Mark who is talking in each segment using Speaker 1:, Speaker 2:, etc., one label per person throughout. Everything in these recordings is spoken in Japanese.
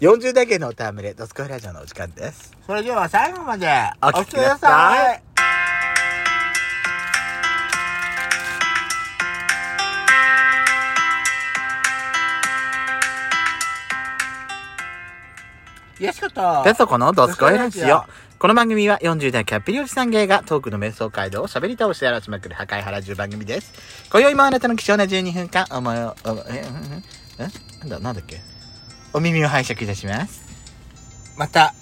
Speaker 1: 40代芸のおたわむれ、ドスコイラジオのお時間です。
Speaker 2: それでは最後まで
Speaker 1: お
Speaker 2: お
Speaker 1: 聞
Speaker 2: 聞
Speaker 1: きく
Speaker 2: きく
Speaker 1: ださ
Speaker 2: ださ
Speaker 1: い
Speaker 2: い。よしこと。
Speaker 1: ペソコのドスコイラジオ。この番組は40代キャッピリおじさん芸がトークの瞑想街道を喋り倒して表しまくる破壊原10番組です。今宵もあなたの貴重な12分間、お前を、おえ、うんうんえなんだ、なんだっけお耳を拝借いたします。
Speaker 2: また、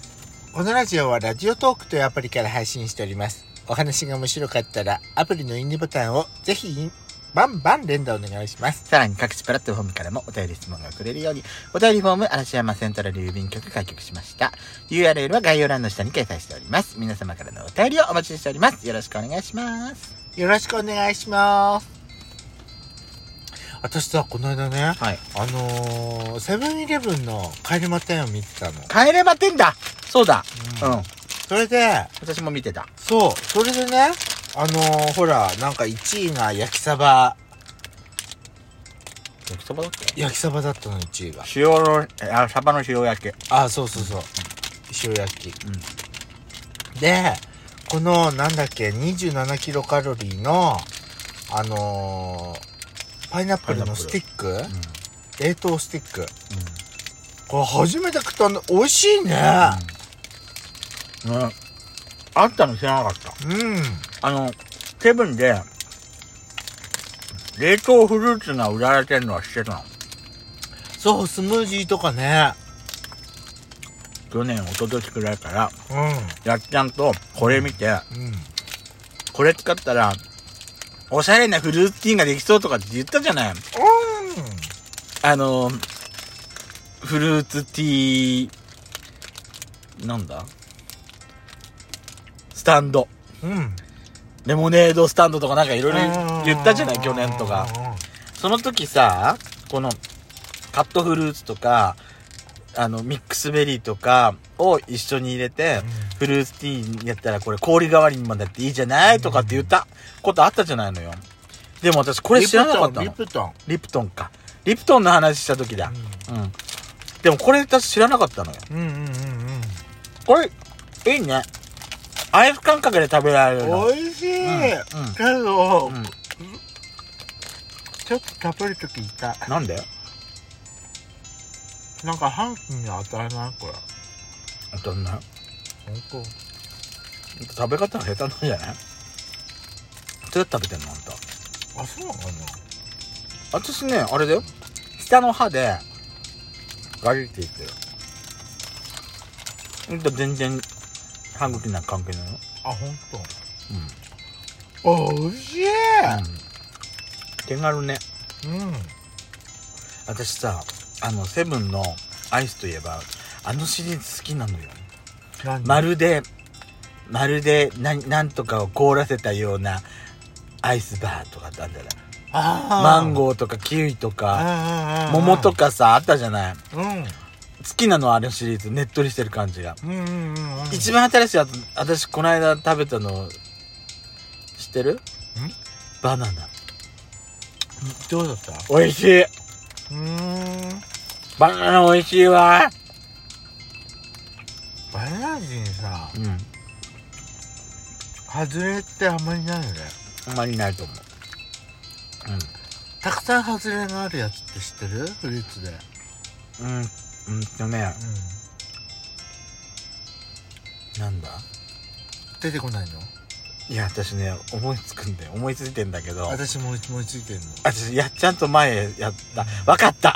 Speaker 2: このラジオはラジオトークというアプリから配信しております。お話が面白かったら、アプリのいいねボタンをぜひイン、バンバン連打お願いします。
Speaker 1: さらに各地プラットフォームからもお便り質問が送れるように、お便りフォーム、嵐山セントラル郵便局開局しました。URL は概要欄の下に掲載しております。皆様からのお便りをお待ちしております。よろしくお願いします。
Speaker 2: よろしくお願いします。私さ、この間ね、
Speaker 1: はい。
Speaker 2: あのー、セブンイレブンの帰りま店を見てたの。
Speaker 1: 帰れまてんだそうだう
Speaker 2: うん
Speaker 1: ん。
Speaker 2: それで、
Speaker 1: 私も見てた。
Speaker 2: そう、それでね、あのー、ほら、なんか1位が焼きサバ、
Speaker 1: 焼きそばだっけ
Speaker 2: 焼きサバだったの1位が。
Speaker 1: 塩の、あ、サバの塩焼き。
Speaker 2: あ、そうそうそう。塩焼き。
Speaker 1: うん
Speaker 2: で、この、なんだっけ、27キロカロリーの、あのーパイナップルのスティック冷凍スティック。これ初めて食ったの、美味しいね。
Speaker 1: うん。うん。あったの知らなかっ
Speaker 2: うん。
Speaker 1: た。あの、セブンで、冷凍フルーツが売られてるのは知ってたの。
Speaker 2: そう、スムージーとかね。
Speaker 1: 去年、一昨年くらいから、
Speaker 2: う
Speaker 1: やっちゃんとこれ見て、
Speaker 2: ん。うん。
Speaker 1: これ使ったら、おしゃれなフルーツティーができそうとかって言ったじゃない
Speaker 2: うん。
Speaker 1: あの、フルーツティー、なんだスタンド。
Speaker 2: うん。
Speaker 1: レモネードスタンドとかなんかいろいろ
Speaker 2: うん
Speaker 1: 言ったじゃない去年とか。。その時さ、このカットフルーツとか、あの、ミックスベリーとかを一緒に入れて、フルーツティーにやったらこれ氷代わりにもなっていいじゃないとかって言ったことあったじゃないのよ。でも私こ
Speaker 2: こ
Speaker 1: れ知らなかった
Speaker 2: リ
Speaker 1: の。
Speaker 2: プトン。
Speaker 1: リプトンか。リプトンの話した時だ。うん。でもこれ私知らなかったのよ。
Speaker 2: うんうんうん
Speaker 1: これ、いいね。アイス感覚で食べられるの。
Speaker 2: うん。美味しい。
Speaker 1: うんうん
Speaker 2: けど、
Speaker 1: うん
Speaker 2: ちょっと食べるとき痛い。
Speaker 1: なんで
Speaker 2: なんか半期に当たらないこれ。
Speaker 1: どんな
Speaker 2: 本
Speaker 1: 食べ方が下手なんじゃないどうやって食べてんのあんた。
Speaker 2: 当。あ、そうなのか
Speaker 1: 私ね、あれだよ。下の歯で、ガリっていってる。ほんと全然、歯茎なんか関係ないよ。
Speaker 2: な。あ、本当。うん。あ、美味しい。
Speaker 1: 手軽ね。
Speaker 2: うん。
Speaker 1: 私さ、あの、セブンのアイスといえば、あのシリーズ好きなのよ。
Speaker 2: 何
Speaker 1: まるで、まるで、な、なんとかを凍らせたような、アイスバーとかってあったんだよね。
Speaker 2: あ
Speaker 1: マン
Speaker 2: ー。
Speaker 1: ゴーとかキウイとか、
Speaker 2: あ
Speaker 1: 桃と。かさ、あったじゃない
Speaker 2: うん。
Speaker 1: 好きなのあのシリーズねっとりしてる感じが、
Speaker 2: うんうんうんうん。
Speaker 1: 一番新しいやつ私この間食べたの知ってるバナナ
Speaker 2: どうだった
Speaker 1: 美味しいう
Speaker 2: ーん。
Speaker 1: バナナ美味しいわ
Speaker 2: バナナ味にさ、
Speaker 1: うん
Speaker 2: 外れってあんまりないよね。
Speaker 1: あんまりないと思う
Speaker 2: たくさん外れがあるやつって知ってるフルーツで。
Speaker 1: うんうんうんとね
Speaker 2: うん。
Speaker 1: なんだ
Speaker 2: 出てこないの
Speaker 1: いや私ね思いつくんで思いついてんだけど
Speaker 2: 私も思いついてんの。
Speaker 1: 私やっちゃんと前やったわかった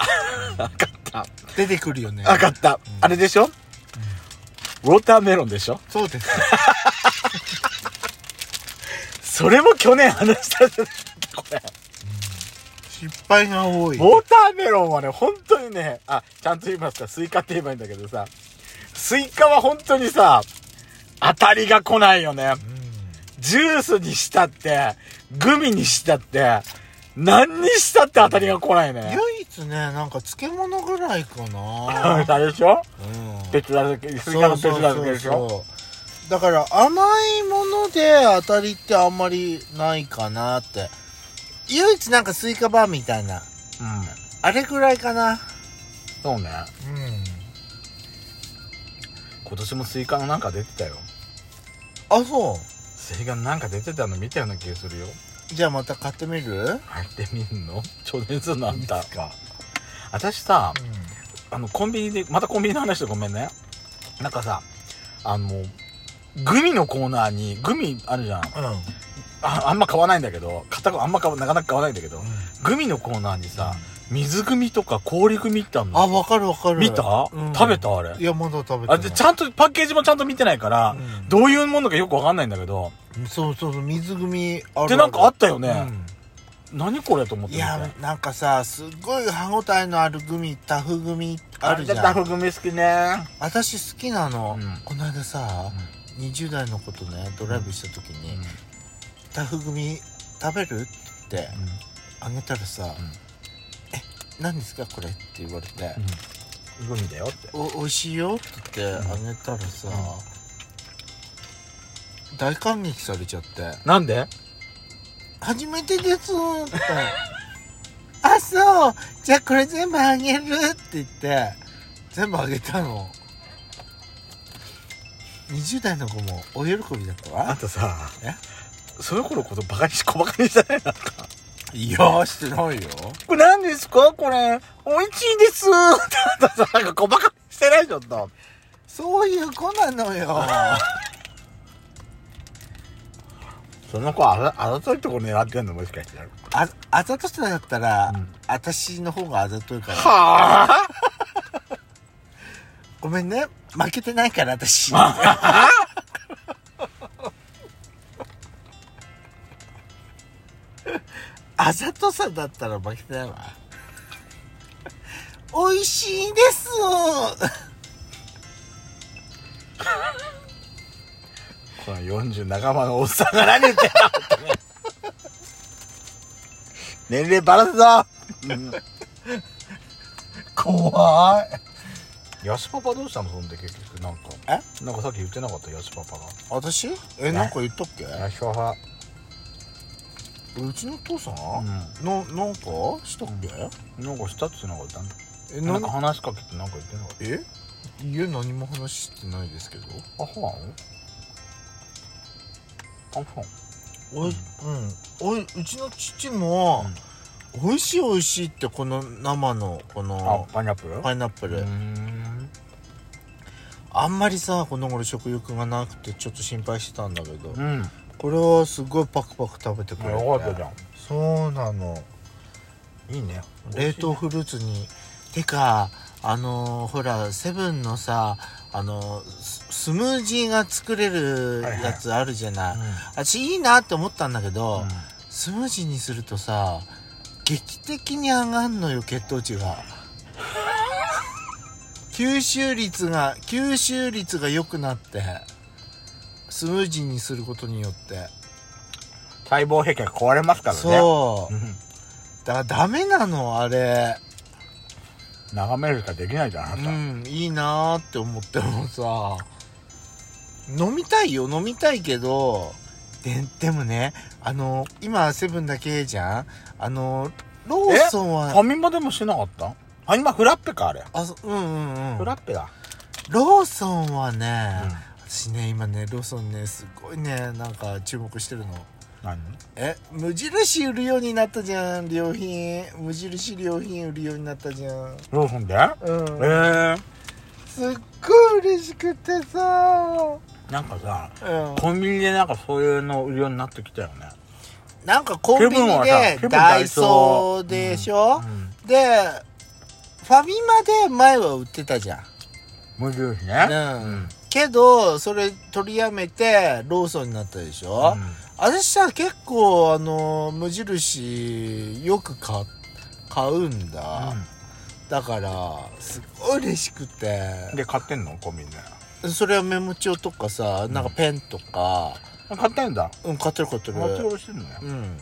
Speaker 1: わかった
Speaker 2: 出てくるよね。
Speaker 1: わかったあれでしょウォーターメロンでしょ
Speaker 2: そうです。
Speaker 1: それも去年話したじゃないこれ
Speaker 2: 失敗が多 い。
Speaker 1: ウォーターメロンはね、本当にね、あ、ちゃんと言いますか、スイカって言えばいいんだけどさ、スイカは本当にさ、当たりが来ないよね。
Speaker 2: う
Speaker 1: ジュースにしたって、グミにしたって、何にしたって当たりが来ない
Speaker 2: ん
Speaker 1: ね。
Speaker 2: 唯一ね、なんか漬物ぐらいかな。
Speaker 1: あれでしょ
Speaker 2: うん。
Speaker 1: ペチュラ漬け、スイカのペチュラ漬けでしょ
Speaker 2: そうそうそうだから甘いもので当たりってあんまりないかなって。唯一なんかスイカバーみたいな。
Speaker 1: うん。
Speaker 2: あれぐらいかな。
Speaker 1: そうね。
Speaker 2: うん。
Speaker 1: 今年もスイカのなんか出てたよ
Speaker 2: あそ
Speaker 1: スイカのなんか出てたの見たような気がするよ
Speaker 2: うじゃあまた買ってみる
Speaker 1: 入ってみんの 超熱なんだ
Speaker 2: いつか
Speaker 1: 私さあのコンビニでまたコンビニの話でごめんねなんかさあのグミのコーナーにグミあるじゃん
Speaker 2: うんうん
Speaker 1: ああんま買わないんだけど買ったことあんま買わなかなか買わないんだけどグミのコーナーにさ水グミとか氷グミってあんの
Speaker 2: あわかるわかる
Speaker 1: 見た、
Speaker 2: うん
Speaker 1: 食べたあれ
Speaker 2: いやまだ食べてない
Speaker 1: あでちゃんとパッケージもちゃんと見てないから、
Speaker 2: うん
Speaker 1: どういうものかよくわかんないんだけど
Speaker 2: そうそうそう水組ある
Speaker 1: でなんかあったよね
Speaker 2: うん
Speaker 1: 何これと思って
Speaker 2: い
Speaker 1: 見て
Speaker 2: やなんかさすっごい歯ごたえのあるグミタフグミあるじ
Speaker 1: タ
Speaker 2: ゃ
Speaker 1: フ
Speaker 2: ん
Speaker 1: グミ好きね
Speaker 2: 私好きなの、
Speaker 1: うん
Speaker 2: この間さ、20代の子とねドライブした時に、タフグミ食べるってあげたらさ、
Speaker 1: ん
Speaker 2: え何ですかこれって言われて、
Speaker 1: グミだよって
Speaker 2: お美味しいよって言ってあげたらさ、大感激されちゃって
Speaker 1: なんで
Speaker 2: 「初めてです」って 「あそうじゃあこれ全部あげる」って言って全部あげたの20代の子もお喜びだった
Speaker 1: あん
Speaker 2: わ
Speaker 1: たさ
Speaker 2: え
Speaker 1: その頃のことバカにし小バカにしたね
Speaker 2: いやーしてないよ
Speaker 1: これ何ですかこれ美味しいですってあんたさなんか小バカにしてないちょっと
Speaker 2: そういう子なの よ
Speaker 1: その子あざあざといとこ狙ってんのもしかして
Speaker 2: ああざとさだったら、
Speaker 1: うん
Speaker 2: 私の方があざといから
Speaker 1: はあ
Speaker 2: ごめんね負けてないから私 あざとさだったら負けてないわ 美味しいです
Speaker 1: この40仲間のおっさんが何言ってんのってね年齢バラすぞ、
Speaker 2: 怖い
Speaker 1: ヤスパパどうしたのそんで結局なんか
Speaker 2: え
Speaker 1: なんかさっき言ってなかったヤスパパが
Speaker 2: 私えなんか言ったっけ
Speaker 1: ヤスパパ
Speaker 2: うちの父さ、
Speaker 1: うん
Speaker 2: のなんかしたっけ
Speaker 1: んなんかしたってなかったん
Speaker 2: え
Speaker 1: なんか
Speaker 2: か
Speaker 1: 話しかけてなんか言ってなかっ
Speaker 2: え家何も話してないですけど
Speaker 1: たあほんあほん
Speaker 2: おい、うん、おいうちの父も、美味しい美味しいってこの生のこ
Speaker 1: あ
Speaker 2: の
Speaker 1: パイナップル
Speaker 2: パイナップル、
Speaker 1: うーん
Speaker 2: あんまりさこの頃食欲がなくてちょっと心配してたんだけど、
Speaker 1: うんよ
Speaker 2: これはすごいパクパク食べてくれて
Speaker 1: かったじゃ
Speaker 2: そうなの
Speaker 1: んいいね
Speaker 2: 冷凍フルーツにてかあのーほらセブンのさあのーススムージーが作れるやつあるじゃない、
Speaker 1: うん
Speaker 2: 私いいなって思ったんだけど、
Speaker 1: うん
Speaker 2: スムージーにするとさ劇的に上がんのよ血糖値が吸収率が吸収率が良くなってスムージーにすることによって、
Speaker 1: 細胞壁が壊れますからね
Speaker 2: そううんだからダメなのあれ
Speaker 1: 眺めるしかできないじゃんあ
Speaker 2: う
Speaker 1: なた
Speaker 2: んいいなーって思ってもさ飲みたいよ飲みたいけどででもねあの今セブンだけじゃんあのローソンは
Speaker 1: ファミマでもしなかったあ今フラッペかあれ
Speaker 2: あそうんうんうん
Speaker 1: フラッペだ
Speaker 2: ローソンはね、
Speaker 1: うん
Speaker 2: 私ね今ねローソンねすごいねなんか注目してるの
Speaker 1: 何
Speaker 2: え無印売るようになったじゃん良品無印良品売るようになったじゃん
Speaker 1: ローソンで
Speaker 2: うん
Speaker 1: え
Speaker 2: すっごい嬉しくてさ
Speaker 1: えなんかさ
Speaker 2: うん
Speaker 1: コンビニでなんかそういうの売るようになってきたよね
Speaker 2: なんかコンビ
Speaker 1: セブン
Speaker 2: ニ
Speaker 1: はさセブ
Speaker 2: で
Speaker 1: ン
Speaker 2: ダ
Speaker 1: ダ
Speaker 2: イ
Speaker 1: イ
Speaker 2: ソ
Speaker 1: ソー
Speaker 2: ーでしょ、
Speaker 1: うん
Speaker 2: でファミマで前は売ってたじゃん
Speaker 1: 無印
Speaker 2: う
Speaker 1: ね
Speaker 2: ん、けどそれ取りやめてローソンになったでしょ、
Speaker 1: うん
Speaker 2: 私さ結構あの無印よく買買うんだ、だからすごい嬉しくて
Speaker 1: で買ってんのコンビニで
Speaker 2: それはメモ帳とかさなんかペンとか、
Speaker 1: 買ってんだ
Speaker 2: うん買ってる買ってる
Speaker 1: 買ってるしてんのね
Speaker 2: うん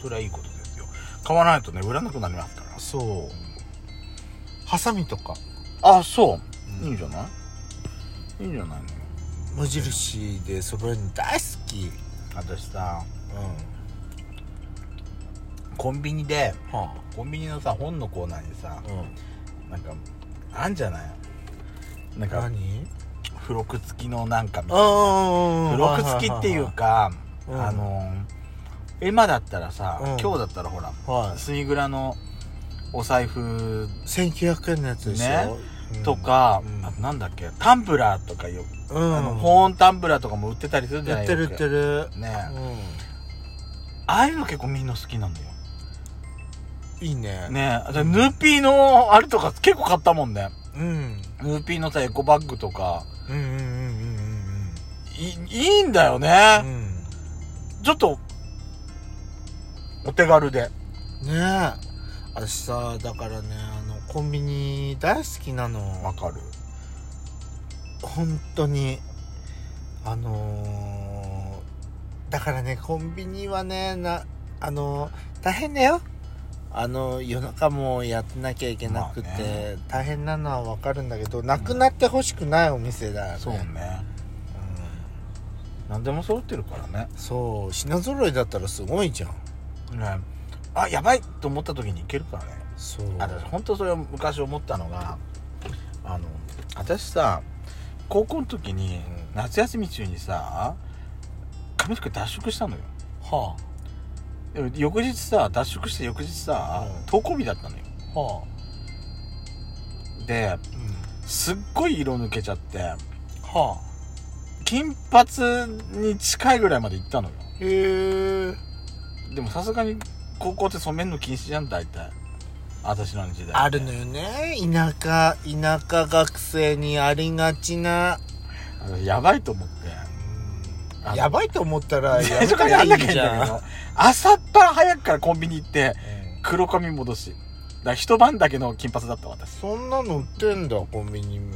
Speaker 1: それはいいことですよ買わないとね売らなくなりますから
Speaker 2: そうハサミとか
Speaker 1: あそう、
Speaker 2: うん
Speaker 1: いいんじゃないいいんじゃないの
Speaker 2: 無印で揃えるの大好きうん
Speaker 1: 私さコンビニで
Speaker 2: は
Speaker 1: コンビニのさ本のコーナーにさ
Speaker 2: あ、うん、
Speaker 1: なんかあんじゃないなんか
Speaker 2: 何
Speaker 1: 付録付きのなんかみたい
Speaker 2: あ
Speaker 1: な付録付きっていうか、あの今だったらさ、
Speaker 2: うん
Speaker 1: 今日だったらほら
Speaker 2: はい
Speaker 1: スイグラのお財布
Speaker 2: 1900円のやつでしょ、
Speaker 1: ね
Speaker 2: うん
Speaker 1: とか、
Speaker 2: うん
Speaker 1: あとなんだっけタンブラーとかよ、
Speaker 2: うん
Speaker 1: あの保温タンブラーとかも売ってたりするじゃ
Speaker 2: 売
Speaker 1: な
Speaker 2: っ
Speaker 1: い
Speaker 2: てる売ってる、
Speaker 1: ね
Speaker 2: う
Speaker 1: ああいうの結構みんな好きなんだよ
Speaker 2: ん、いいね
Speaker 1: ねえ、ヌーピーのあれとか結構買ったもんね
Speaker 2: うん
Speaker 1: ヌーピーのさエコバッグとか
Speaker 2: うんうんうんうん
Speaker 1: いいいんだよ
Speaker 2: うんう
Speaker 1: ね、
Speaker 2: ん
Speaker 1: ちょっとお手軽で
Speaker 2: ねえ私さだからねあのコンビニ大好きなの
Speaker 1: かる
Speaker 2: 本当にあのーだからねコンビニはねなあのー大変だよあの夜中もやってなきゃいけなくて、
Speaker 1: まあね
Speaker 2: 大変なのはわかるんだけどなくなってほしくないお店だよね
Speaker 1: そうね何でも揃ってるからね
Speaker 2: うんそう品揃いだったらすごいじゃん
Speaker 1: ねあやばいと思った時に行けるからね
Speaker 2: そう
Speaker 1: あ私本当それを昔思ったのがあの私さ高校の時に
Speaker 2: うん
Speaker 1: 夏休み中にさ髪の毛脱色したのよ
Speaker 2: は
Speaker 1: でも翌日さ脱色して翌日さ
Speaker 2: うん
Speaker 1: 登校日だったのよ
Speaker 2: あはあ
Speaker 1: で
Speaker 2: うん
Speaker 1: すっごい色抜けちゃって
Speaker 2: はあ
Speaker 1: 金髪に近いぐらいまで行ったのよ
Speaker 2: へえ
Speaker 1: でもさすがに高校って染めんの禁止じゃん大体私の時代
Speaker 2: あるのよね田舎田舎学生にありがちな
Speaker 1: あのやばいと思ってあの
Speaker 2: やばいと思った らや
Speaker 1: 最
Speaker 2: め
Speaker 1: 初
Speaker 2: た
Speaker 1: からや
Speaker 2: らい
Speaker 1: ん
Speaker 2: い
Speaker 1: なきゃいいん
Speaker 2: じゃ
Speaker 1: だけ
Speaker 2: ん
Speaker 1: ど朝っぱら早くからコンビニ行って黒髪戻しだから一晩だけの金髪だった私
Speaker 2: そんなの売ってんだコンビニも